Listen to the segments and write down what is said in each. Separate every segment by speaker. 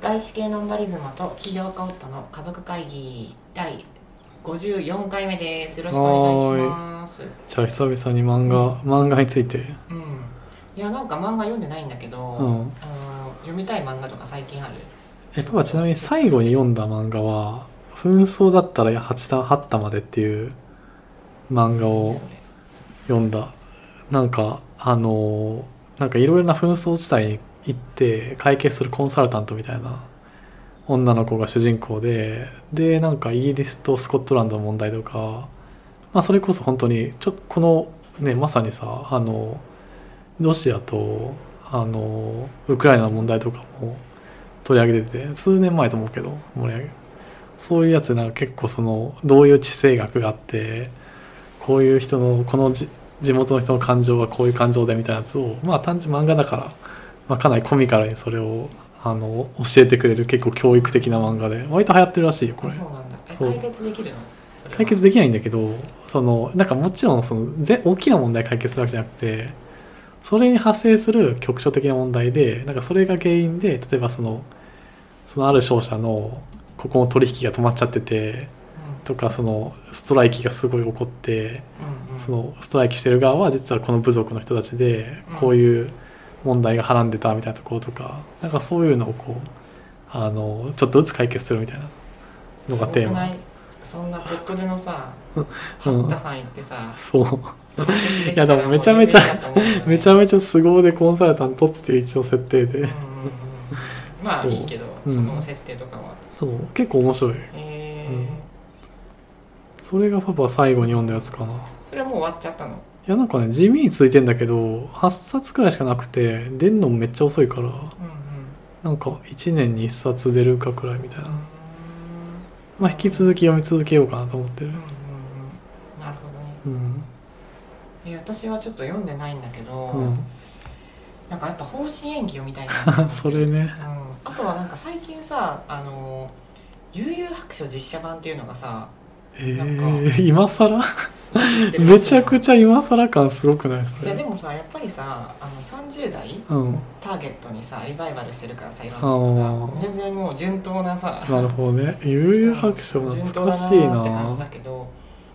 Speaker 1: 外資系ノンバリズムと起業家夫の家族会議第54回目ですよろしくお願いします
Speaker 2: じゃあ久々に漫画、漫画について
Speaker 1: うんいやなんか漫画読んでないんだけど、
Speaker 2: うん
Speaker 1: あの読みたい漫画とか最近ある
Speaker 2: えパパちなみに最後に読んだ漫画は「紛争だったら八た八たまで」っていう漫画を
Speaker 1: それ
Speaker 2: 読んだなんかあのーなんかいろいろな紛争地帯に行って会計するコンサルタントみたいな女の子が主人公ででなんかイギリスとスコットランドの問題とか、まあ、それこそ本当にちょこのねまさにさあのロシアとあのウクライナの問題とかも取り上げてて数年前と思うけど盛り上げそういうやつなんか結構そのどういう地政学があってこういう人のこのじ地元の人の感情はこういう感情でみたいなやつをまあ単純に漫画だから、まあ、かなりコミカルにそれをあの教えてくれる結構教育的な漫画で割と流行ってるらしいよ
Speaker 1: あ
Speaker 2: これ
Speaker 1: そうなんだえ
Speaker 2: そう
Speaker 1: 解決できるのそれは
Speaker 2: 解決できないんだけどそのなんかもちろんそのぜ大きな問題解決するわけじゃなくてそれに派生する局所的な問題でなんかそれが原因で例えばそのそのある商社のここの取引が止まっちゃっててとかそのストライキがすごい起こって
Speaker 1: うんうんうん
Speaker 2: そのストライキしてる側は実はこの部族の人たちで
Speaker 1: うん
Speaker 2: こういう問題がはらんでたみたいなところとかなんかそういうのをこうあのちょっとずつ解決するみたいなのがテー
Speaker 1: すごくな
Speaker 2: マ。
Speaker 1: いそんなポットでのさ
Speaker 2: うん
Speaker 1: 八田さん行ってさ
Speaker 2: そう
Speaker 1: 解決きたら
Speaker 2: いやでもめちゃめちゃ
Speaker 1: もう有名だと思うよね
Speaker 2: めちゃめちゃ凄腕コンサルタントっていう一応設定
Speaker 1: うんう
Speaker 2: で
Speaker 1: んうんまあ
Speaker 2: そう
Speaker 1: いいけど
Speaker 2: うん
Speaker 1: そこの設定とかは、
Speaker 2: そう結構面白い
Speaker 1: えー
Speaker 2: うんそれがパパ最後に読んだやつかない
Speaker 1: それはもう終わっちゃったの
Speaker 2: やなんかね地味についてんだけど8冊くらいしかなくて出んのもめっちゃ遅いから
Speaker 1: うんうん
Speaker 2: なんか1年に1冊出るかくらいみたいな
Speaker 1: う
Speaker 2: まあ引き続き読み続けようかなと思ってる
Speaker 1: んうんうんなるほどね
Speaker 2: うん
Speaker 1: えー私はちょっと読んでないんだけど、
Speaker 2: うん
Speaker 1: なんかやっぱ方針演技読みたいな
Speaker 2: それね
Speaker 1: うん、あとはなんか最近さあの悠々白書実写版っていうのがさ
Speaker 2: えー
Speaker 1: なん
Speaker 2: 今更
Speaker 1: 出てきてるら
Speaker 2: め
Speaker 1: しい
Speaker 2: ち
Speaker 1: の
Speaker 2: ゃくちゃ今更感すごくないそ
Speaker 1: いやで
Speaker 2: れ
Speaker 1: もさやっぱりさあの30代
Speaker 2: うん
Speaker 1: ターゲットにさリバイバルしてるからさいろん
Speaker 2: あ
Speaker 1: なの
Speaker 2: ー
Speaker 1: が全然もう順当なさ
Speaker 2: なるほどね悠々白書
Speaker 1: 順
Speaker 2: 懐
Speaker 1: 当
Speaker 2: か
Speaker 1: だな
Speaker 2: しい
Speaker 1: ーって
Speaker 2: な
Speaker 1: 感じだけど、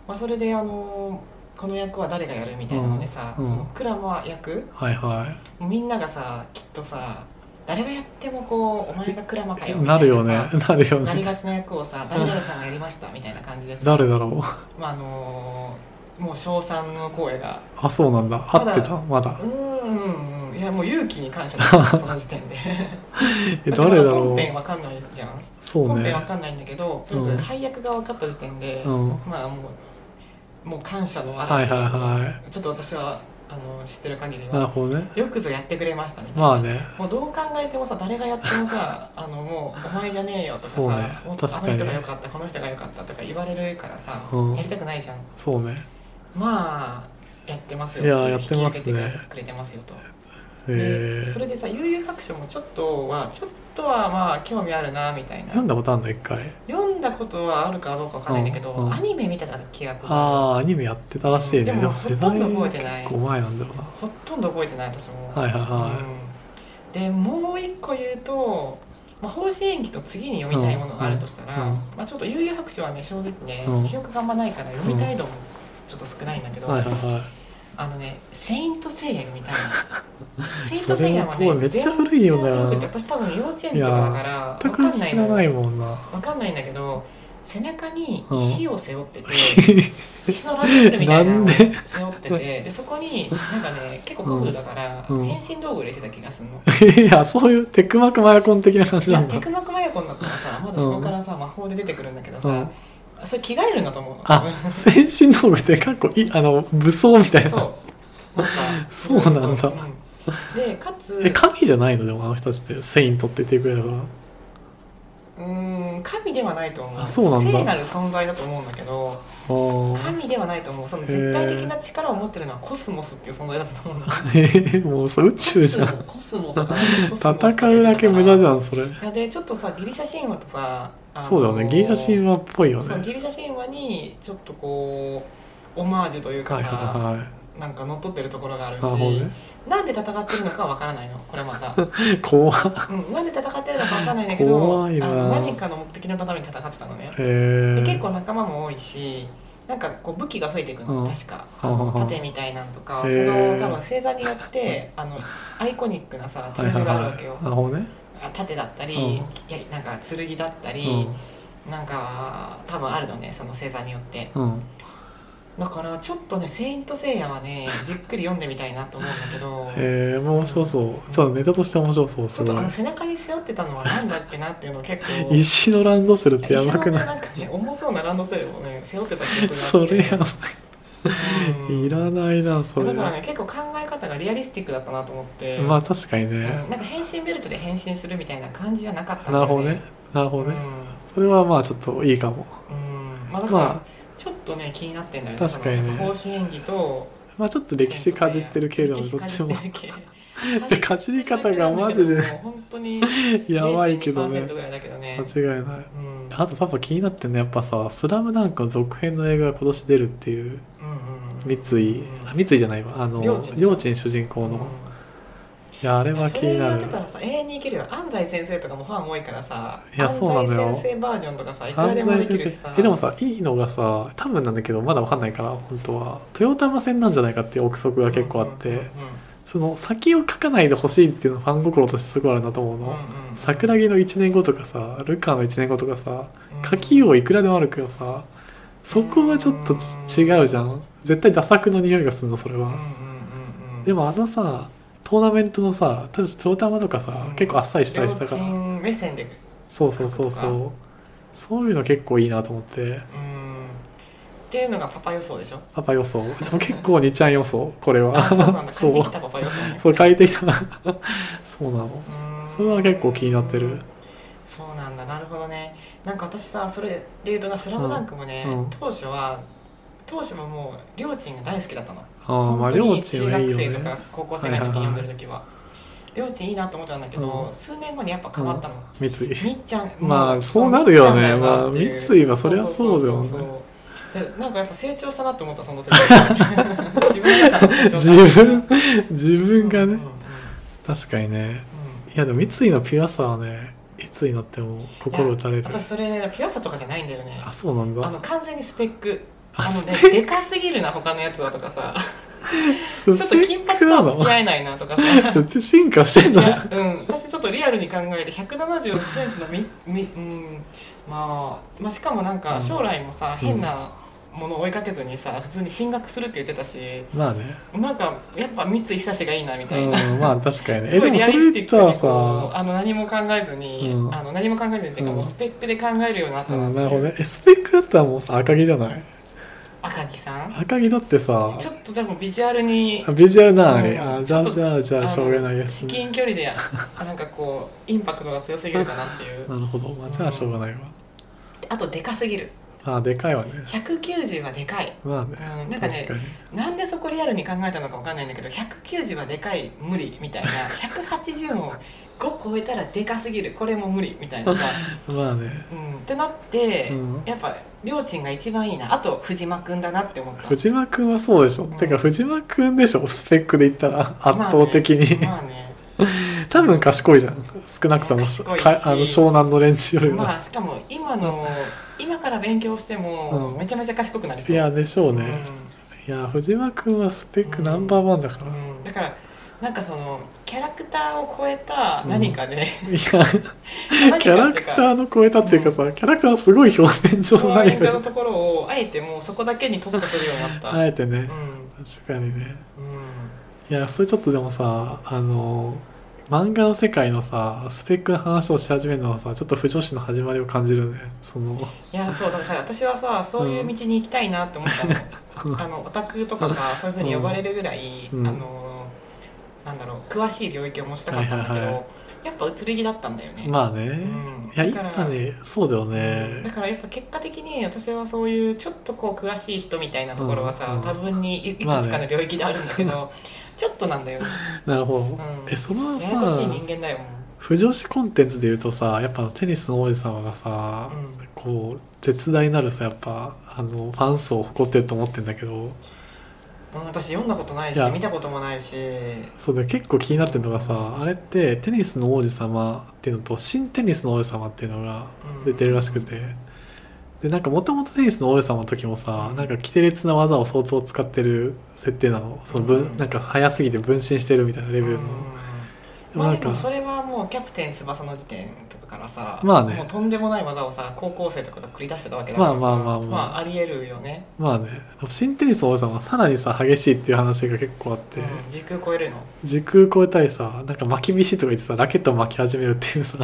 Speaker 1: まあ、それであのこの役は誰がやるみたいなのでさ、
Speaker 2: うん
Speaker 1: その
Speaker 2: うん
Speaker 1: クラマ役
Speaker 2: はいはい
Speaker 1: みんながさきっとさ誰がやってもこうお前がクラマかよみた
Speaker 2: な
Speaker 1: な
Speaker 2: いる
Speaker 1: さ
Speaker 2: よね。なるよ
Speaker 1: なり
Speaker 2: ね。
Speaker 1: がちな役をさ誰々さんがやりましたみたいな感じでさ、
Speaker 2: 誰だろう。
Speaker 1: まああのーもう称賛の声が
Speaker 2: あ、そうなんだ。
Speaker 1: まだ
Speaker 2: 合ってたまだ
Speaker 1: う。ーんうんいやもう勇気に感謝だ ったその時点で
Speaker 2: え、誰だ
Speaker 1: ま
Speaker 2: ろ
Speaker 1: 本
Speaker 2: う。
Speaker 1: 編わかんないじゃん、
Speaker 2: そう
Speaker 1: 本編
Speaker 2: ね
Speaker 1: わ。かんないんだけどとりあえず配役が分かった時点で、
Speaker 2: うん。は
Speaker 1: まあもうもう感謝の
Speaker 2: いはい
Speaker 1: 嵐、
Speaker 2: は
Speaker 1: ちょっと私はあの知ってる限り
Speaker 2: い。なる
Speaker 1: は
Speaker 2: ほどね。
Speaker 1: よくぞやってくれましたみたいな、
Speaker 2: まあね。
Speaker 1: もうどう考えてもさ誰がやってもさあのもうお前じゃねえよとかさ
Speaker 2: そうね
Speaker 1: もっと
Speaker 2: 確
Speaker 1: あ
Speaker 2: か
Speaker 1: の
Speaker 2: に
Speaker 1: 人が良かったこの人が良かったとか言われるからさ、
Speaker 2: うん
Speaker 1: やりたくないじゃん
Speaker 2: そうね。
Speaker 1: まあやってますよ
Speaker 2: いや
Speaker 1: う
Speaker 2: やってますね
Speaker 1: 引き受けてくれてますよと、
Speaker 2: え
Speaker 1: でそれでさ悠々白書もちょっとはちょっとはまあ興味あるなみたい
Speaker 2: ー。
Speaker 1: な
Speaker 2: 読んだことあるの一回。
Speaker 1: 読んだことはあるかどうかわかんないんだけど、
Speaker 2: うんうん
Speaker 1: アニメ見てた気が
Speaker 2: あー、アニメやってたらしいね。
Speaker 1: でもほとんど覚えてない
Speaker 2: 結構前なんだろうな。
Speaker 1: ほとんど覚えてない私も、
Speaker 2: はいはいは
Speaker 1: うん、でもう一個言うと、まあ、方針演技と次に読みたいものがあるとしたら、
Speaker 2: うんうん
Speaker 1: まあ、ちょっと悠々白書はね正直ね、
Speaker 2: うん
Speaker 1: 記憶があんまないから読みたいのもちょっと少ないんだけど、
Speaker 2: い。はいはいは
Speaker 1: あのね「セイント・セイヤ」みたいな 「セイント・
Speaker 2: そ
Speaker 1: セイ
Speaker 2: れ
Speaker 1: ヤ」はね
Speaker 2: めっちゃ古いよな
Speaker 1: 全然古くて私多分幼稚園児とかだからわ
Speaker 2: い。全
Speaker 1: か
Speaker 2: く
Speaker 1: んな
Speaker 2: 知
Speaker 1: い
Speaker 2: らない
Speaker 1: の
Speaker 2: もんな。
Speaker 1: わかんないんだけど背中に
Speaker 2: うん
Speaker 1: 石を背負ってて、石のランドセルみたいなのを背負っててでそこになんかね結構古風だから、
Speaker 2: うんうん
Speaker 1: 変身道具入れてた気がするの。
Speaker 2: いや、そういうテクマクマヤコン的な感
Speaker 1: い
Speaker 2: じな
Speaker 1: や
Speaker 2: ん
Speaker 1: テ
Speaker 2: だ。
Speaker 1: クマクマヤコンだったらさまだそこからさ、魔法で出てくるんだけどさ、
Speaker 2: うん
Speaker 1: それ着替えるんだと思うの多分
Speaker 2: あ、先進道具ってかっこいい、あの、武装みたいな。
Speaker 1: そうなんか
Speaker 2: そうなんだ
Speaker 1: うんでかつ
Speaker 2: え神じゃないのでもあの人たちってセイントって言ってくれたから
Speaker 1: うーん神ではないと思う
Speaker 2: あそうなんだ
Speaker 1: 聖なる存在だと思うんだけど
Speaker 2: あー
Speaker 1: 神ではないと思うその
Speaker 2: へー
Speaker 1: 絶対的な力を持ってるのはコスモスっていう存在だったと思うんだ
Speaker 2: えーもう それ宇宙じゃん
Speaker 1: コスモコスモとかコスモスとか
Speaker 2: 戦うだけ無駄じゃ
Speaker 1: ん
Speaker 2: んそれ
Speaker 1: いやでちょっとさギリシャ神話とさ、あのー
Speaker 2: そうだよねギリシャ神話っぽいよ
Speaker 1: そう
Speaker 2: ね
Speaker 1: ギリシャ神話にちょっとこうオマージュというか
Speaker 2: はい
Speaker 1: さ、
Speaker 2: は
Speaker 1: なんか乗っ取ってるところがあるし
Speaker 2: なるほどね
Speaker 1: なんで戦ってるのかわから ないのこれまた、
Speaker 2: 怖っ
Speaker 1: うん、なんで戦ってるのかわからないんだけどあ
Speaker 2: 怖いな
Speaker 1: の何かの目的のために戦ってたのね
Speaker 2: へ
Speaker 1: で
Speaker 2: ー
Speaker 1: 結構仲間も多いしなんかこう武器が増えていくの、
Speaker 2: うん
Speaker 1: 確かあ
Speaker 2: はは
Speaker 1: の
Speaker 2: は
Speaker 1: 盾みたいなんとか、
Speaker 2: へー
Speaker 1: その多分星座によってあのアイコニックなさ
Speaker 2: はい
Speaker 1: ツー
Speaker 2: はい
Speaker 1: ルがある
Speaker 2: は
Speaker 1: わけよ、
Speaker 2: いなるほどね
Speaker 1: あ盾だったり、
Speaker 2: うん
Speaker 1: やなんか剣だった
Speaker 2: う
Speaker 1: り
Speaker 2: ん、
Speaker 1: なんか多分あるのねその星座によって
Speaker 2: うん
Speaker 1: だからちょっとね「セイント・セイヤ」はねじっくり読んでみたいなと思うんだけ ど
Speaker 2: えー、面白そうちょっとネタとして面白そう
Speaker 1: ち
Speaker 2: す
Speaker 1: ょっと
Speaker 2: ご
Speaker 1: あ
Speaker 2: い
Speaker 1: の背中に背負ってたのはなんだっけなっていうのを結 構
Speaker 2: 石のランドセルってやばく
Speaker 1: 石のね
Speaker 2: ない
Speaker 1: なんかね重そうなランドセルをね背負ってた記憶があ
Speaker 2: そ
Speaker 1: って
Speaker 2: れやば
Speaker 1: う
Speaker 2: い
Speaker 1: ん
Speaker 2: いらないなそれ
Speaker 1: だからね結構考え方がリアリスティックだったなと思って、
Speaker 2: まあ確かに
Speaker 1: うん
Speaker 2: ね、
Speaker 1: なんか変身ベルトで変身するみたいな感じじゃなかったんだ
Speaker 2: なる
Speaker 1: よ
Speaker 2: ほどねなるほどね、それはまあちょっといいかも
Speaker 1: うん、うんまあだから、
Speaker 2: ま
Speaker 1: ちょっとね気になってんだよね
Speaker 2: 確かにね
Speaker 1: その方針演技と
Speaker 2: あまあちょっと歴史かじってる系でも
Speaker 1: 歴史
Speaker 2: どっ
Speaker 1: か
Speaker 2: ち
Speaker 1: じっ
Speaker 2: も
Speaker 1: てる系
Speaker 2: でかじり方がマジで
Speaker 1: もう本当に
Speaker 2: やばいけどね
Speaker 1: 0.2%ぐらいだけどね
Speaker 2: 間違いない
Speaker 1: うんうん
Speaker 2: あとパパ気になってんのやっぱさ「スラムダンクの続編の映画が今年出るっていう
Speaker 1: うん
Speaker 2: 三井あ三井じゃないわあの
Speaker 1: りょーちん
Speaker 2: りょーちん主人公の、いやあれ
Speaker 1: うんいや
Speaker 2: は
Speaker 1: そ
Speaker 2: 気に
Speaker 1: れや
Speaker 2: な
Speaker 1: って
Speaker 2: る
Speaker 1: たらさ永遠にいけるよ安西先生とかもファン多いからさ
Speaker 2: いや
Speaker 1: 安西
Speaker 2: そうなのよ
Speaker 1: 先生バージョンとかさいくら
Speaker 2: 犯
Speaker 1: でもで
Speaker 2: 罪
Speaker 1: き
Speaker 2: 先
Speaker 1: るし
Speaker 2: 生
Speaker 1: さ
Speaker 2: えでもさいいのがさ多分なんだけどまだわかんないから本当は豊玉線なんじゃないかっていう憶測が結構あって、
Speaker 1: うんうん
Speaker 2: その先を書かないでほしいっていうのファン心としてすごいあるなと思
Speaker 1: う
Speaker 2: う
Speaker 1: んうん
Speaker 2: の、
Speaker 1: うんうん
Speaker 2: 桜木の1年後とかさルカの1年後とかさ
Speaker 1: うん
Speaker 2: 書きよういくらでもあるけどさそこはちょっとち違うじゃん絶対ダサ作の匂いがするのそれ
Speaker 1: うんうん
Speaker 2: は、
Speaker 1: うんうん
Speaker 2: でもあのさトーナメントのさただしトータマとかさ、
Speaker 1: うん
Speaker 2: 結構あっさりした
Speaker 1: 両
Speaker 2: りしたから
Speaker 1: 親目線で
Speaker 2: そうそうそうそうそういうの結構いいなと思って
Speaker 1: うんっていうのがパパ予想でしょ
Speaker 2: パパ予想でも結構2ちゃん予想これ
Speaker 1: あ
Speaker 2: は
Speaker 1: そうなんだ
Speaker 2: そ
Speaker 1: 書
Speaker 2: う
Speaker 1: いてきたパパ予想ね
Speaker 2: そう変えてきたそうなの
Speaker 1: うん
Speaker 2: それは結構気になってる
Speaker 1: そうなんだなるほどねなんか私さそれで言うとな「スラムダンクもね、
Speaker 2: うんうん
Speaker 1: 当初は当初ももうりょーちんが大好きだったの
Speaker 2: ああま
Speaker 1: 本
Speaker 2: あ
Speaker 1: 当に
Speaker 2: 両親はいいよ
Speaker 1: 中学生と
Speaker 2: ね
Speaker 1: か高校生ぐらいの時に
Speaker 2: はいはいはい
Speaker 1: 読んでる時はりょーちんいいなと思ってたんだけど、
Speaker 2: うん
Speaker 1: 数年後にやっぱ変わったの、
Speaker 2: 三井
Speaker 1: みっちゃん
Speaker 2: ま
Speaker 1: も
Speaker 2: あそうなるよね
Speaker 1: みっちゃんだよなっていう
Speaker 2: まあ三井はそりゃそうだよね
Speaker 1: そうそうそうでなんかやっぱ成長したなと思ったその 時自分だから成長
Speaker 2: 自
Speaker 1: した
Speaker 2: 分自分が
Speaker 1: うんう
Speaker 2: ね
Speaker 1: んうん
Speaker 2: 確かにねいやでも三井のピュアさはねいつになっても心打たれ
Speaker 1: い
Speaker 2: る
Speaker 1: や私それねピュアさとかじゃないんだよね
Speaker 2: あそうなん
Speaker 1: あ
Speaker 2: だ
Speaker 1: の完全にスペック
Speaker 2: あ
Speaker 1: あのね
Speaker 2: スペッ
Speaker 1: でかすぎるな他のやつはとかさ
Speaker 2: ス
Speaker 1: ち
Speaker 2: ペ
Speaker 1: ょっと金髪とは付き合
Speaker 2: い
Speaker 1: えないなと かさ
Speaker 2: 進化してん
Speaker 1: い
Speaker 2: の
Speaker 1: やうん、私ちょっとリアルに考えて1 7 6ンチのみみ、うんまあ、まあしかもなん
Speaker 2: う
Speaker 1: か
Speaker 2: ん
Speaker 1: 将来もさ、変なものを追いかけずにさ普通に進学するって言ってたし
Speaker 2: まあね
Speaker 1: なんかやっぱ三井久志がいいなみたいな、
Speaker 2: うんまあ確かに ね
Speaker 1: す
Speaker 2: え
Speaker 1: ご
Speaker 2: で
Speaker 1: い
Speaker 2: も
Speaker 1: リア
Speaker 2: そ
Speaker 1: リス
Speaker 2: れ
Speaker 1: ティ
Speaker 2: 言っ
Speaker 1: ック
Speaker 2: た
Speaker 1: で
Speaker 2: ら
Speaker 1: こう
Speaker 2: さ
Speaker 1: あの何も考えずに、
Speaker 2: うん
Speaker 1: あの何も考えずにっていうか、
Speaker 2: うん
Speaker 1: もうスペックで考えるようになった
Speaker 2: う
Speaker 1: なっ
Speaker 2: ん
Speaker 1: てい
Speaker 2: なるほど
Speaker 1: う、
Speaker 2: ねえスペックだったらもうさ赤木じゃない
Speaker 1: 赤木さん
Speaker 2: 赤木だってさ
Speaker 1: ちょっとでもビジュアルに
Speaker 2: あビジュアルなあれ、
Speaker 1: うん
Speaker 2: あじゃ
Speaker 1: ち
Speaker 2: あ
Speaker 1: ょっと
Speaker 2: じゃあじゃあしょうがない
Speaker 1: あ
Speaker 2: で
Speaker 1: の
Speaker 2: す
Speaker 1: 至
Speaker 2: ね
Speaker 1: 近距離であなんかこうインパクトが強すぎるかなっていう
Speaker 2: なるほど、まあ、じゃあしょうがないわ
Speaker 1: あとでかすぎる
Speaker 2: あでかいわね
Speaker 1: 190はでかい、
Speaker 2: まあね
Speaker 1: うん、なんか
Speaker 2: 確
Speaker 1: ね
Speaker 2: かに
Speaker 1: なんでそこリアルに考えたのかわかんないんだけど190はでかい無理みたいな180を5超えたらでかすぎるこれも無理みたいなさ、
Speaker 2: まあね
Speaker 1: うん、ってなって、
Speaker 2: うん
Speaker 1: やっぱりょーちんが一番いいなあと藤間くんだなって思った
Speaker 2: 藤間くんはそうでしょ、
Speaker 1: うん
Speaker 2: てか藤間くんでしょスペックで言ったら圧倒的に、
Speaker 1: まあね,、
Speaker 2: 多分賢いじゃん少なくとも
Speaker 1: 賢いし
Speaker 2: かあの湘南の連中よ
Speaker 1: まあ
Speaker 2: り
Speaker 1: ね
Speaker 2: も、
Speaker 1: まあしかも今の今から勉強しても
Speaker 2: うん
Speaker 1: めちゃめちゃ賢くなりそう
Speaker 2: いやでしょうね、
Speaker 1: うん
Speaker 2: いや藤間くんはスペックナンバーワンだから、い
Speaker 1: うんだからなんかそのキャラクターを超えた何かで、
Speaker 2: や
Speaker 1: 何
Speaker 2: キャ
Speaker 1: かっ
Speaker 2: ラ
Speaker 1: ていう
Speaker 2: クタ
Speaker 1: か
Speaker 2: ーの超えたっていうかさ、キャラクターのすごい表面
Speaker 1: そ
Speaker 2: 上の
Speaker 1: の
Speaker 2: 何
Speaker 1: 演
Speaker 2: か
Speaker 1: 者
Speaker 2: じゃ
Speaker 1: の
Speaker 2: ん
Speaker 1: ところをあえてもうそこだけに特化するようになった、
Speaker 2: あえてね
Speaker 1: う、
Speaker 2: 確かにね
Speaker 1: んうん
Speaker 2: いやそれちょっとでもさあの漫画の世界のさスペックの話をし始めるのはさちょっと不女子の始まりを感じるねその
Speaker 1: いやそうだから私はさそういう道に行きたいなって思ったの,、あのオタクとかさそういうふうに呼ばれるぐらい、
Speaker 2: うん
Speaker 1: あのなんだろう詳しい領域を持ちたかったんだけど、
Speaker 2: はいはいは
Speaker 1: やっぱ移り気だったんだよね、
Speaker 2: まあね、
Speaker 1: うん
Speaker 2: い
Speaker 1: だ
Speaker 2: や一
Speaker 1: から
Speaker 2: 旦ねそうだよ
Speaker 1: だ
Speaker 2: ね
Speaker 1: からやっぱ結果的に私はそういうちょっとこう詳しい人みたいなところはさ、
Speaker 2: うんうん
Speaker 1: 多分にいいく
Speaker 2: まあね
Speaker 1: つかの領域であるんだけど、 ちょっとなんだよ
Speaker 2: なるほど、
Speaker 1: ん
Speaker 2: えその
Speaker 1: ややこしい
Speaker 2: さ
Speaker 1: 人間だよ、
Speaker 2: 不女子コンテンツで言うとさやっぱテニスの王子様がさ、
Speaker 1: うん
Speaker 2: こう絶大なるさやっぱあのファン層を誇ってると思ってんだけど
Speaker 1: うん、私読んだことない
Speaker 2: い
Speaker 1: し
Speaker 2: や
Speaker 1: 見たこともないし
Speaker 2: そうで結構気になってるのがさあれってテニスの王子様っていうのと新テニスの王子様っていうのが出てるらしくてでなんかもともとテニスの王子様の時もさなんか奇て烈な技を相当使ってる設定なのその分、
Speaker 1: うん
Speaker 2: なんか速すぎて分身してるみたいなレベルの、
Speaker 1: うんまあ
Speaker 2: な
Speaker 1: で
Speaker 2: んか
Speaker 1: もそれはもうキャプテン翼の時点とかからさ、
Speaker 2: まあね
Speaker 1: もうとんでもない技をさ高校生とかが繰り出してたわけだからさ
Speaker 2: まあまあまあまあ
Speaker 1: まあありえるよね、
Speaker 2: まあね新テニスの王子様はさらにさ激しいっていう話が結構あって、
Speaker 1: うん、時空超えるの、
Speaker 2: 時空超えたりさなんか巻き菱とか言ってさラケットを巻き始めるっていうさ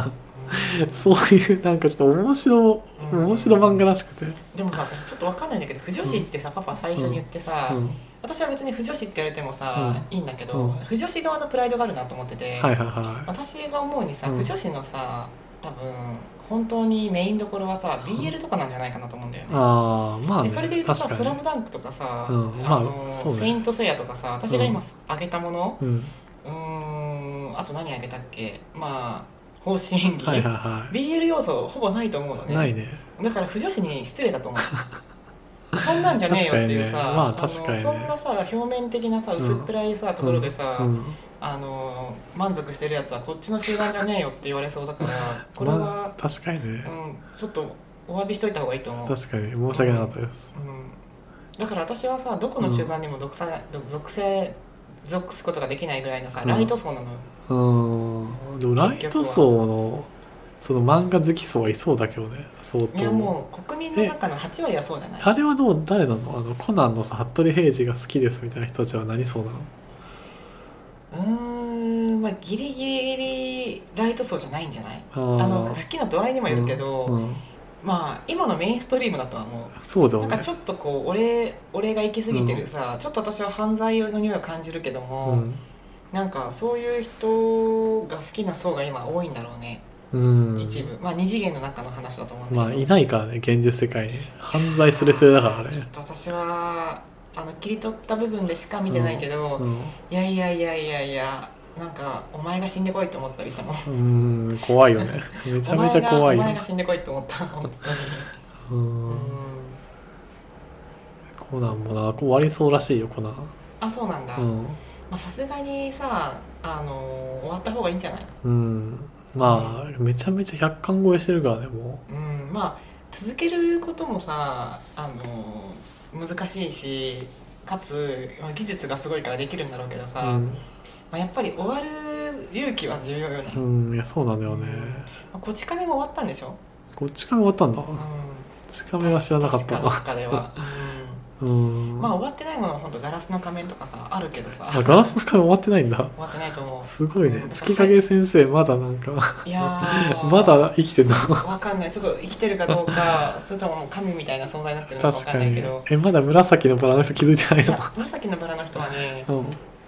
Speaker 1: うん
Speaker 2: そういうなんかちょっと面白
Speaker 1: うん
Speaker 2: 面白漫画らしくて、
Speaker 1: でもさ私ちょっとわかんないんだけど不女子ってさパパ最初に言ってさ、
Speaker 2: うん、
Speaker 1: 私は別に不女子って言われてもさ、いいんだけど、
Speaker 2: うん
Speaker 1: 不女子側のプライドがあるなと思ってて、
Speaker 2: はいはいは
Speaker 1: 私が思うにさ
Speaker 2: うん
Speaker 1: 不女子のさ多分本当にメインどころはさ BL とかなんじゃないかなと思うんだよ
Speaker 2: い
Speaker 1: ね。
Speaker 2: ああまあ、
Speaker 1: で
Speaker 2: ね、
Speaker 1: それで言うとさ「スラムダンクとかさ「
Speaker 2: うん
Speaker 1: あ
Speaker 2: ま
Speaker 1: の
Speaker 2: あそうね
Speaker 1: セイント・セイヤ」とかさ私が今
Speaker 2: うん
Speaker 1: 挙げたもの
Speaker 2: うん
Speaker 1: うーんあと何挙げたっけまあ方針演技、
Speaker 2: はいはいは
Speaker 1: BL 要素ほぼないと思うの
Speaker 2: い
Speaker 1: ね
Speaker 2: ないね
Speaker 1: だから不女子に失礼だと思う そんなんじゃねえよっていうさ、
Speaker 2: 確かにねまあ確かにね
Speaker 1: のそんなさ表面的なさ薄っぺらいさ、ところでさ、
Speaker 2: うん
Speaker 1: あの満足してるやつはこっちの集団じゃねえよって言われそうだからこれは
Speaker 2: ま、あ、確かにね、
Speaker 1: うん、ちょっとお詫びしといた方がいいと思う、うん、
Speaker 2: 確かに申し訳なかったです、
Speaker 1: だから私はさどこの集団にも属さ、属性属すことができないぐらいのさ
Speaker 2: うん
Speaker 1: ライト層なのよ、
Speaker 2: うんでもライト層のその漫画好き層はいそうだけどね相当
Speaker 1: いやもう国民の中の8割はそうじゃない
Speaker 2: あれはどう誰なのあのコナンのさ服部平次が好きですみたいな人たちは何層なの
Speaker 1: うーんまあギリギリギリライト層じゃないんじゃない
Speaker 2: あ
Speaker 1: あ
Speaker 2: ー
Speaker 1: の好きな度合いにもよるけど、
Speaker 2: うんうん
Speaker 1: まあ今のメインストリームだとは思う
Speaker 2: そうだよ
Speaker 1: なん
Speaker 2: ね
Speaker 1: かちょっとこう俺俺が行き過ぎてるさ、ちょっと私は犯罪の匂いを感じるけども、
Speaker 2: うん
Speaker 1: なんかそういう人が好きな層が今多いんだろうね、
Speaker 2: うん、
Speaker 1: 一部まあ二次元の中の話だと思うんだけど、
Speaker 2: まあいないからね現実世界に犯罪すれすれだから
Speaker 1: ちょっ
Speaker 2: ね、
Speaker 1: と私はあの切り取った部分でしか見てないけど、
Speaker 2: うん
Speaker 1: いやいやいやいやいやなんかお前が死んでこいと思ったりしたもん
Speaker 2: うん怖いよねめちゃめちゃ怖い
Speaker 1: お前
Speaker 2: よ
Speaker 1: がお前が死んでこいと思った本当に
Speaker 2: う
Speaker 1: うんん
Speaker 2: コナンもなこう終わりそうらしいよコナン
Speaker 1: あそうなんだ
Speaker 2: う
Speaker 1: ま
Speaker 2: ん、
Speaker 1: あさすがにさあのー終わった方がいいんじゃない
Speaker 2: うん、まあめちゃめちゃ100巻超えしてるからねも
Speaker 1: うんまあ続けることもさあのー難しいしかつ、まあ、技術がすごいからできるんだろうけど
Speaker 2: う
Speaker 1: さ、
Speaker 2: う
Speaker 1: ま
Speaker 2: ん、
Speaker 1: あ、やっぱり終わる勇気は重要よね、ま
Speaker 2: うん、いやそうなんだよね
Speaker 1: あこち亀も終わったんでしょ、
Speaker 2: こっち亀終わったんだ
Speaker 1: うん
Speaker 2: こっち亀は知らなかっ
Speaker 1: 確
Speaker 2: た
Speaker 1: かど
Speaker 2: な
Speaker 1: っかでは、
Speaker 2: うん、
Speaker 1: うん、まあ終わってないものは本当ガラスの仮面とかさあるけどさ
Speaker 2: あガラスの亀終わってないんだ
Speaker 1: 終わってないと思
Speaker 2: すごいね
Speaker 1: うん
Speaker 2: 月影先生まだなんか
Speaker 1: ういやー
Speaker 2: まだ生 きてんの
Speaker 1: わかんないちょっと生きてるかどうかそれとももう神みたいな存在になってるのかわ
Speaker 2: 確
Speaker 1: か
Speaker 2: か
Speaker 1: んないけ
Speaker 2: に
Speaker 1: ど
Speaker 2: えまだ紫のバラの人気づいてない
Speaker 1: い
Speaker 2: の
Speaker 1: や紫のバラの人はね
Speaker 2: うん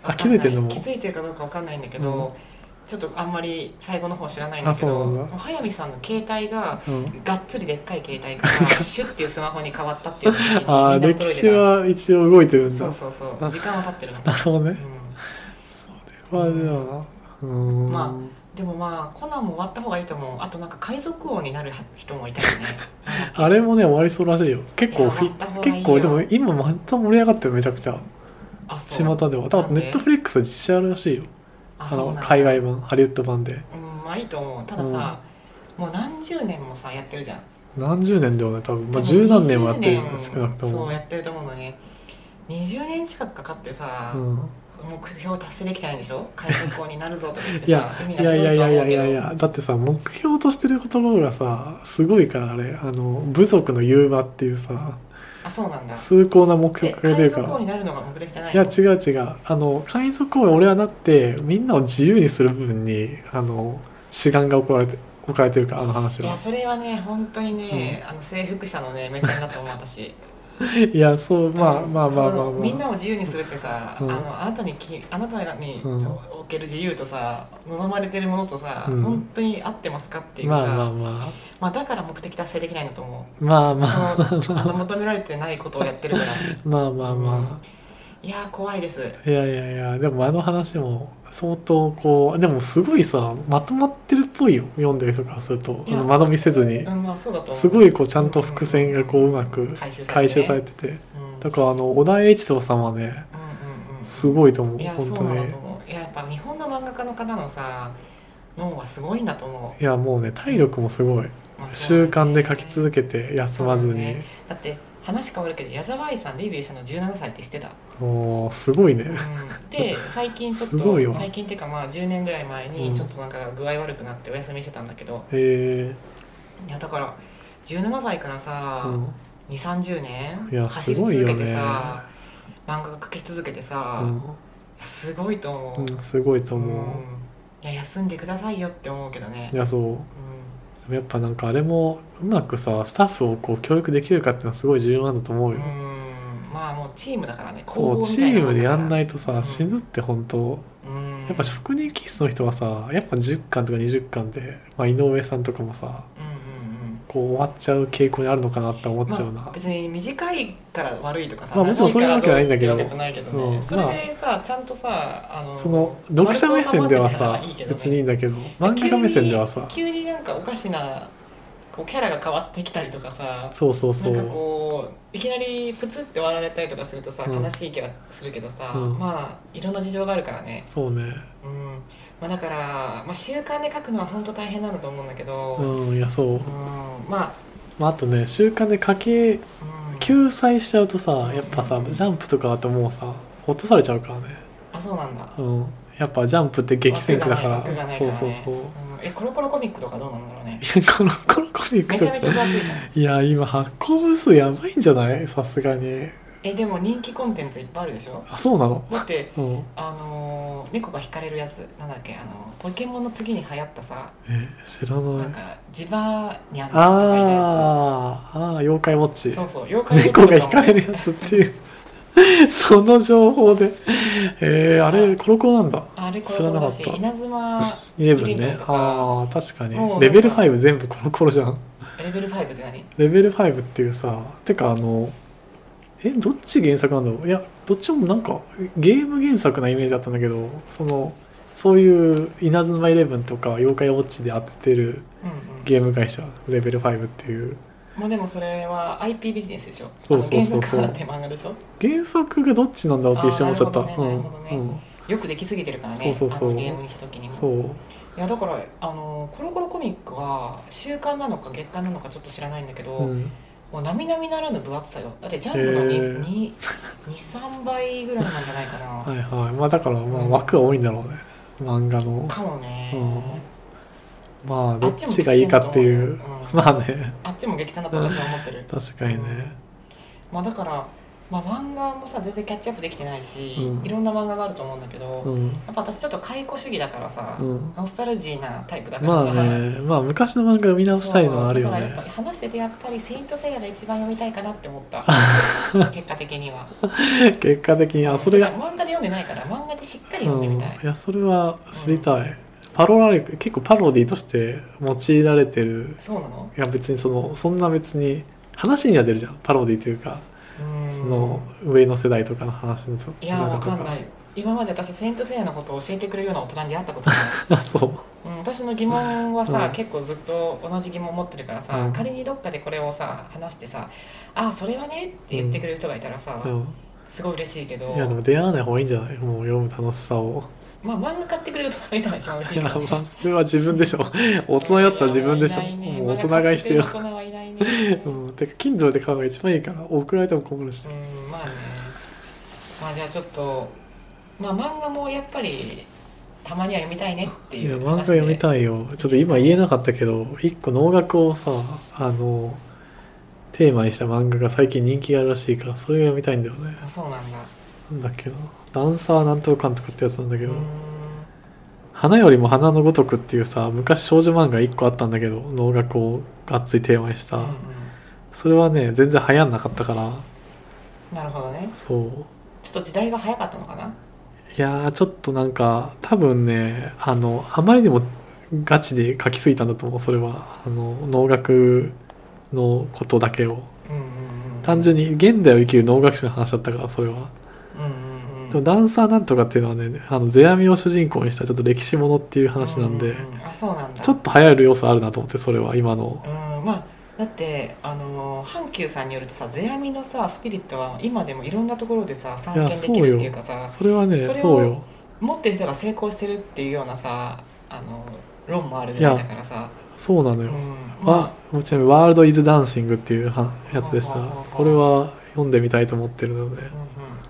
Speaker 2: あ
Speaker 1: わ
Speaker 2: 気
Speaker 1: かんな
Speaker 2: づ
Speaker 1: い
Speaker 2: てんのもう
Speaker 1: 気づいてるかどうかわかんないんだけど、
Speaker 2: うん
Speaker 1: ちょっとあんまり最後の方知らないんだけ
Speaker 2: あそう
Speaker 1: ど
Speaker 2: なんだ
Speaker 1: もう速水さんの携帯が
Speaker 2: うん
Speaker 1: がっつりでっかい携帯から シュッっていうスマホに変わったっていうのにみん
Speaker 2: あ
Speaker 1: な驚
Speaker 2: あ
Speaker 1: い
Speaker 2: 歴
Speaker 1: て
Speaker 2: 史は一応動いて
Speaker 1: た
Speaker 2: るん
Speaker 1: そ
Speaker 2: だ
Speaker 1: うそうそう時間は経ってるの、
Speaker 2: なるほど
Speaker 1: う
Speaker 2: ね
Speaker 1: ん
Speaker 2: それはじゃあうん
Speaker 1: までもまあコナンも終わった方がいいと思うあとなんか海賊王になる人もいたよね
Speaker 2: あれもね終わりそうらしいよ結
Speaker 1: い
Speaker 2: 構
Speaker 1: や
Speaker 2: フィ
Speaker 1: 終わった方がいいよ
Speaker 2: 結構でも今また盛り上がってるめちゃくちゃ
Speaker 1: あそう
Speaker 2: 巷では多分
Speaker 1: な
Speaker 2: ネ
Speaker 1: んで
Speaker 2: ットフリックス実写あるらしいよ
Speaker 1: あ
Speaker 2: あ
Speaker 1: そうな
Speaker 2: の
Speaker 1: んだ
Speaker 2: 海外版ハリウッド版で
Speaker 1: うんまあいいと思うたださ、もう何十年もさやってるじゃん
Speaker 2: 何十年ではね多分まあ
Speaker 1: でも
Speaker 2: 十何年もやってるよ
Speaker 1: 20年
Speaker 2: 少なくとも
Speaker 1: そうやってると思うのね20年近くかかってさ、
Speaker 2: うん
Speaker 1: 目標達成できてないんでしょ海賊王になるぞとか言って
Speaker 2: いや
Speaker 1: さ海
Speaker 2: いやいや
Speaker 1: 広
Speaker 2: い
Speaker 1: とは
Speaker 2: やい
Speaker 1: 思う
Speaker 2: やい
Speaker 1: けど
Speaker 2: やいやだってさ目標としてることの方がさすごいからあれあの部族の融和っていうさ
Speaker 1: あそうなんだ
Speaker 2: 崇高な目標
Speaker 1: え
Speaker 2: 掲げて
Speaker 1: 海
Speaker 2: るか
Speaker 1: 賊王
Speaker 2: ら
Speaker 1: になるのが目的じゃない
Speaker 2: い
Speaker 1: の
Speaker 2: や違う違うあの海賊王に俺はなってみんなを自由にする部分にあの主眼が置かれて置かれてるからあの話
Speaker 1: いや
Speaker 2: は
Speaker 1: それはね本当にね、あの征服者のね目線だと思う私
Speaker 2: いやそう まあ
Speaker 1: うん
Speaker 2: まあまあ
Speaker 1: そ
Speaker 2: まあ
Speaker 1: のみん
Speaker 2: ま
Speaker 1: な
Speaker 2: あ
Speaker 1: を自由にするってさ、
Speaker 2: うん
Speaker 1: あのあなたにきあなたに
Speaker 2: うん
Speaker 1: おける自由とさ望まれてるものとさ、
Speaker 2: うん
Speaker 1: 本当に合ってますかっていうさ、
Speaker 2: まあまあまあ
Speaker 1: まあだから目的達成できないんだと思う
Speaker 2: まあま
Speaker 1: そ
Speaker 2: あ
Speaker 1: のあの求められてないことをやってるから い
Speaker 2: まあまあま
Speaker 1: やー怖いです
Speaker 2: あいやいやいやでもあの話も相当こうでもすごいさまとまってるっぽいよ読んでる人からするとあ
Speaker 1: いや
Speaker 2: の間延びせずに
Speaker 1: うんまあそうだと思う
Speaker 2: すごいこうちゃんと伏線がこううまく
Speaker 1: 回収されてね
Speaker 2: 回収されてて
Speaker 1: うん
Speaker 2: だからあの小田栄一郎さんはね
Speaker 1: うん
Speaker 2: すごいと思う
Speaker 1: いや
Speaker 2: 本
Speaker 1: そ
Speaker 2: 当
Speaker 1: うなんだ
Speaker 2: ね
Speaker 1: と思ういややっぱ日本の漫画家の方のさ脳はすごいんだと思、
Speaker 2: いやもうね体力もすごいう
Speaker 1: まあそう
Speaker 2: 習
Speaker 1: だね
Speaker 2: 慣で書き続けて休まず
Speaker 1: そうだ
Speaker 2: に
Speaker 1: ねだって話変わるけど矢沢愛さんデビューしたの17歳って知ってた、
Speaker 2: もうすごいね
Speaker 1: うん、 で最近ちょっ
Speaker 2: すごい
Speaker 1: と
Speaker 2: わ
Speaker 1: 最近っていうかまあ10年ぐらい前
Speaker 2: う
Speaker 1: に
Speaker 2: ん
Speaker 1: ちょっとなんか具合悪くなってお休みしてたんだけど、
Speaker 2: え
Speaker 1: いやだから17歳から
Speaker 2: え
Speaker 1: さ、
Speaker 2: う
Speaker 1: 2 3 0
Speaker 2: んい
Speaker 1: 年
Speaker 2: や
Speaker 1: 走
Speaker 2: す
Speaker 1: り
Speaker 2: ごい
Speaker 1: 続
Speaker 2: よ
Speaker 1: け
Speaker 2: ね
Speaker 1: てさ、漫画が描き続けてさ、いやすごいと
Speaker 2: う
Speaker 1: 思
Speaker 2: ん
Speaker 1: う、
Speaker 2: うん、すごいと思う、
Speaker 1: んいや休んでくださいよって思うけどね
Speaker 2: いやそう
Speaker 1: う、
Speaker 2: でもやっぱなんかあれもうまくさスタッフをこう教育できるかっていうのはすごい重要なんだと思うんよ、
Speaker 1: うんまあもうチームだからね
Speaker 2: こうチームでやんないとさ、
Speaker 1: うん
Speaker 2: 死ぬって本当
Speaker 1: うん
Speaker 2: やっぱ職人気質の人はさやっぱ10巻とか20巻で、まあ、井上さんとかもさ
Speaker 1: うんうんうん
Speaker 2: こう終わっちゃう傾向にあるのかなって思っちゃうな、
Speaker 1: まあ、別に短いから悪いとかさ、
Speaker 2: まあもちろんそういうわけじゃないんだけど
Speaker 1: 長いからうってわけじゃないけどね
Speaker 2: うん
Speaker 1: それでさ、ちゃんとさあの
Speaker 2: その読者目線ではさ
Speaker 1: 丸く収まってたらいいけどね
Speaker 2: 別にいいんだけど漫画家目線ではさ
Speaker 1: 急に急になんかおかしなこうキャラが変わってきたりとかさ
Speaker 2: そうそうそう
Speaker 1: なんかこういきなりプツって割られたりとかするとさ
Speaker 2: うん
Speaker 1: 悲しい気はするけどさ、
Speaker 2: うん
Speaker 1: まあいろんな事情があるからね、
Speaker 2: そうね
Speaker 1: うんまあ、だから、まあ、習慣で書くのは本当大変なんだと思うんだけど、うん
Speaker 2: うんいやそう、
Speaker 1: ま
Speaker 2: まあ、あとね習慣で家計
Speaker 1: あ、うん、
Speaker 2: 救済しちゃうとさやっぱさジャンプとかだともうさ落とされちゃうからね
Speaker 1: あそうなんだ
Speaker 2: うんやっぱジャンプって激戦区だから
Speaker 1: 枠がない枠
Speaker 2: そう
Speaker 1: がないから
Speaker 2: そう
Speaker 1: ね
Speaker 2: そう、
Speaker 1: うんえコロコロコミックとかどうなんだろうね
Speaker 2: いやこのコロコミック
Speaker 1: めち
Speaker 2: とか
Speaker 1: ゃめちゃ分厚いじゃん
Speaker 2: いや今発行部数やばいんじゃないさすがに
Speaker 1: えでも人気コンテンツいっぱいあるでしょ
Speaker 2: あそうなの
Speaker 1: だって
Speaker 2: うん
Speaker 1: あのー猫が惹かれるやつなんだっけあのポケモンの次に流行ったさ
Speaker 2: え知らな
Speaker 1: なん
Speaker 2: い
Speaker 1: かジバーニャンとかいたや
Speaker 2: あーあー妖怪ウォッ
Speaker 1: つ
Speaker 2: チ
Speaker 1: そうそう妖怪ウォッチ
Speaker 2: 猫
Speaker 1: と
Speaker 2: が惹かれ
Speaker 1: る
Speaker 2: るやつっていうその情報でえー、あれコロコロなんだ
Speaker 1: あれコロコロだし
Speaker 2: 知らなか
Speaker 1: 稲妻
Speaker 2: イレブンね
Speaker 1: 11とか
Speaker 2: ああ確かに
Speaker 1: もうなんか
Speaker 2: レベル5全部コロコロじゃん
Speaker 1: レベル5って何
Speaker 2: レベル5っていうさてかあのえどっち原作なんだろういやどっちもなんかゲーム原作なイメージだったんだけどそのそういう「稲妻イレブン」とか「妖怪ウォッチ」で当ててる
Speaker 1: うんうん
Speaker 2: ゲーム会社レベル5っていう
Speaker 1: もうでもそれは IP ビジネスでしょ
Speaker 2: そうそうそうそう
Speaker 1: あの原作だって漫画でしょ
Speaker 2: 原作がどっちなんだろうって一瞬思っちゃった、
Speaker 1: あーなるほどねなるほどね
Speaker 2: うん、うん、
Speaker 1: よくできすぎてるからね
Speaker 2: そうそうそう
Speaker 1: あのゲームにした時にも
Speaker 2: そう
Speaker 1: いやだからあのコロコロコミックは週刊なのか月刊なのかちょっと知らないんだけど、
Speaker 2: うん
Speaker 1: もう並々ならぬ分厚さよだってジャンプの
Speaker 2: へ
Speaker 1: に
Speaker 2: ー
Speaker 1: に23倍ぐらいなんじゃないかな、
Speaker 2: はいはいまあだからまあ枠は多いんだろうね漫画の
Speaker 1: かもね、
Speaker 2: まあ
Speaker 1: あ
Speaker 2: どっ
Speaker 1: っちも
Speaker 2: ちがいいかっていう
Speaker 1: 激戦だと思うようん
Speaker 2: まあね
Speaker 1: あっちも激戦だと私は思ってる、
Speaker 2: 確かにね
Speaker 1: まあ、だから、まあ、漫画もさ全然キャッチアップできてないし、
Speaker 2: うん
Speaker 1: いろんな漫画があると思うんだけど、
Speaker 2: う
Speaker 1: や
Speaker 2: ん
Speaker 1: っぱ私ちょっと解雇主義だからさ、
Speaker 2: うん
Speaker 1: ノスタルジーなタイプだから
Speaker 2: ま
Speaker 1: さ、
Speaker 2: あねまあ昔の漫画読み直したいのはあるよ
Speaker 1: そうだからやっ
Speaker 2: ね
Speaker 1: ぱ話しててやっぱり「セイント・セイヤ」が一番読みたいかなって思った 結果的には
Speaker 2: 結果的にあそれ
Speaker 1: だ
Speaker 2: が
Speaker 1: から漫画で読んでないから漫画でしっかり
Speaker 2: う
Speaker 1: 読んで
Speaker 2: ん
Speaker 1: み
Speaker 2: い
Speaker 1: たい、
Speaker 2: やそれは知りたいパロラリ結構パロディとして用いられてる
Speaker 1: そうなの
Speaker 2: いや別にそのそんな別に話には出るじゃんパロディというか
Speaker 1: う
Speaker 2: そ
Speaker 1: ん
Speaker 2: の上の世代とかの話の
Speaker 1: いやわかんないい今まで私「セイント・セイヤ」のことを教えてくれるような大人に出会ったことない、
Speaker 2: あそう
Speaker 1: うん、私の疑問はさ、
Speaker 2: うん
Speaker 1: 結構ずっと同じ疑問を持ってるからさ、
Speaker 2: うん
Speaker 1: 仮にどっかでこれをさ話してさ「ああそれはね」って言ってくれる人がいたらさ、
Speaker 2: でも
Speaker 1: すごい嬉しいけど
Speaker 2: いやでも出会わない方がいいんじゃないもう読む楽しさを
Speaker 1: まあ漫画買ってくれる大人がいたら一番嬉
Speaker 2: い
Speaker 1: しい
Speaker 2: や
Speaker 1: け
Speaker 2: ま
Speaker 1: どね
Speaker 2: あそれは自 分でしょ大人だったら自分でしょ
Speaker 1: いないね
Speaker 2: もう大人買いしてよ
Speaker 1: まだ買ってくれる大人はいないね
Speaker 2: う。ん、てか Kindle で買うのが一番いいから送られても困るし
Speaker 1: うん、まあね。まあじゃあちょっと、まあ漫画もやっぱりたまには読みたいねって
Speaker 2: い
Speaker 1: い
Speaker 2: や
Speaker 1: う
Speaker 2: 漫
Speaker 1: 話
Speaker 2: 画
Speaker 1: で。
Speaker 2: 読み
Speaker 1: い。
Speaker 2: たいよちょっと今言えなかったけど一個能楽をさあのテーマにした漫画が最近人気があるらしいからそれが読みたいんだよね
Speaker 1: あ、そうなんだ。
Speaker 2: なんだっけなダンサーなんとか監督ってやつなんだけ
Speaker 1: う
Speaker 2: ど
Speaker 1: ん。
Speaker 2: 「花よりも花のごとく」っていうさ昔少女漫画一個あったんだけど能楽をがっつりテーマにした、
Speaker 1: うんうん
Speaker 2: それはね全然流行んなかったから
Speaker 1: なるほどね。
Speaker 2: そう
Speaker 1: ちょっと時代が早かったのかな。
Speaker 2: いやーちょっとなんか多分ねあのあまりにもガチで書きすぎたんだと思うそれはあの能楽のことだけを
Speaker 1: うんうんうん。
Speaker 2: 単純に現代を生きる能楽師の話だったからそれは
Speaker 1: うんうんうん。
Speaker 2: でもダンサーなんとかっていうのはねあの世阿弥を主人公にしたちょっと歴史ものっていう話なんで、
Speaker 1: うううあ、そうなんだ。
Speaker 2: ちょっと流行る要素あるなと思ってそれは今の
Speaker 1: うん、まあだっってあの阪急さんによるとさ世阿弥のさスピリットは今でもいろんなところでさ散見できるっていうかさ
Speaker 2: それはね
Speaker 1: それを
Speaker 2: そうよ
Speaker 1: 持ってる人が成功してるっていうようなさあの論もあるぐ
Speaker 2: いや
Speaker 1: らいだからさ、
Speaker 2: そうなの
Speaker 1: う
Speaker 2: よ、
Speaker 1: ん、
Speaker 2: わちなみに「ワールド・イズ・ダンシング」っていうはやつでした
Speaker 1: ほうほうほうほう
Speaker 2: これは読んでみたいと思ってるの
Speaker 1: うんう
Speaker 2: で
Speaker 1: ん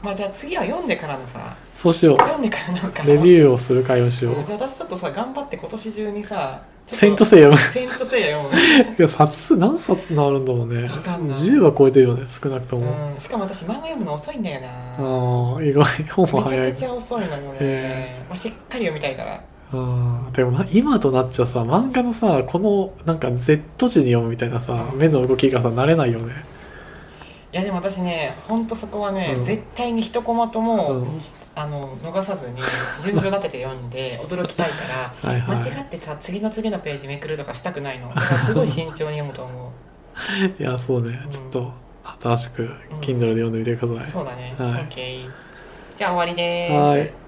Speaker 1: まあじゃあ次は読んでからのさ
Speaker 2: そうしよう
Speaker 1: 読んでからなんか
Speaker 2: レ
Speaker 1: ュ
Speaker 2: ビューをする会をしよう
Speaker 1: じゃあ私ちょっとさ頑張って今年中にさ
Speaker 2: 「
Speaker 1: ちょっと
Speaker 2: セイント・セイヤ」い
Speaker 1: セイントセイヤ読む
Speaker 2: や冊何冊なるんだろうね
Speaker 1: わかんない
Speaker 2: 10は超えてるよね少なくとも、
Speaker 1: うん、しかも私漫画読むの遅いんだよな
Speaker 2: ああ意外本も
Speaker 1: めち
Speaker 2: 早
Speaker 1: ゃ
Speaker 2: い
Speaker 1: くちゃ遅いのよね
Speaker 2: へ
Speaker 1: まあしっかり読みたいから
Speaker 2: あーでもな今となっちゃさ漫画のさこのなんか Z 字に読むみたいなさ目の動きがさ慣れないよね、
Speaker 1: いやでも私ねほんとそこはね、
Speaker 2: うん
Speaker 1: 絶対に一コマとも、
Speaker 2: うん、
Speaker 1: あの逃さずに順序立てて読んで 驚きたいから
Speaker 2: はいは
Speaker 1: 間
Speaker 2: い
Speaker 1: 違ってさ次の次のページめくるとかしたくないのだからすごい慎重に読むと思
Speaker 2: いやそうね、
Speaker 1: うん
Speaker 2: ちょっと新しく Kindle で読んでみてくだ
Speaker 1: う
Speaker 2: さい、
Speaker 1: そうだね、
Speaker 2: はい
Speaker 1: OK じゃあ終わりです
Speaker 2: はい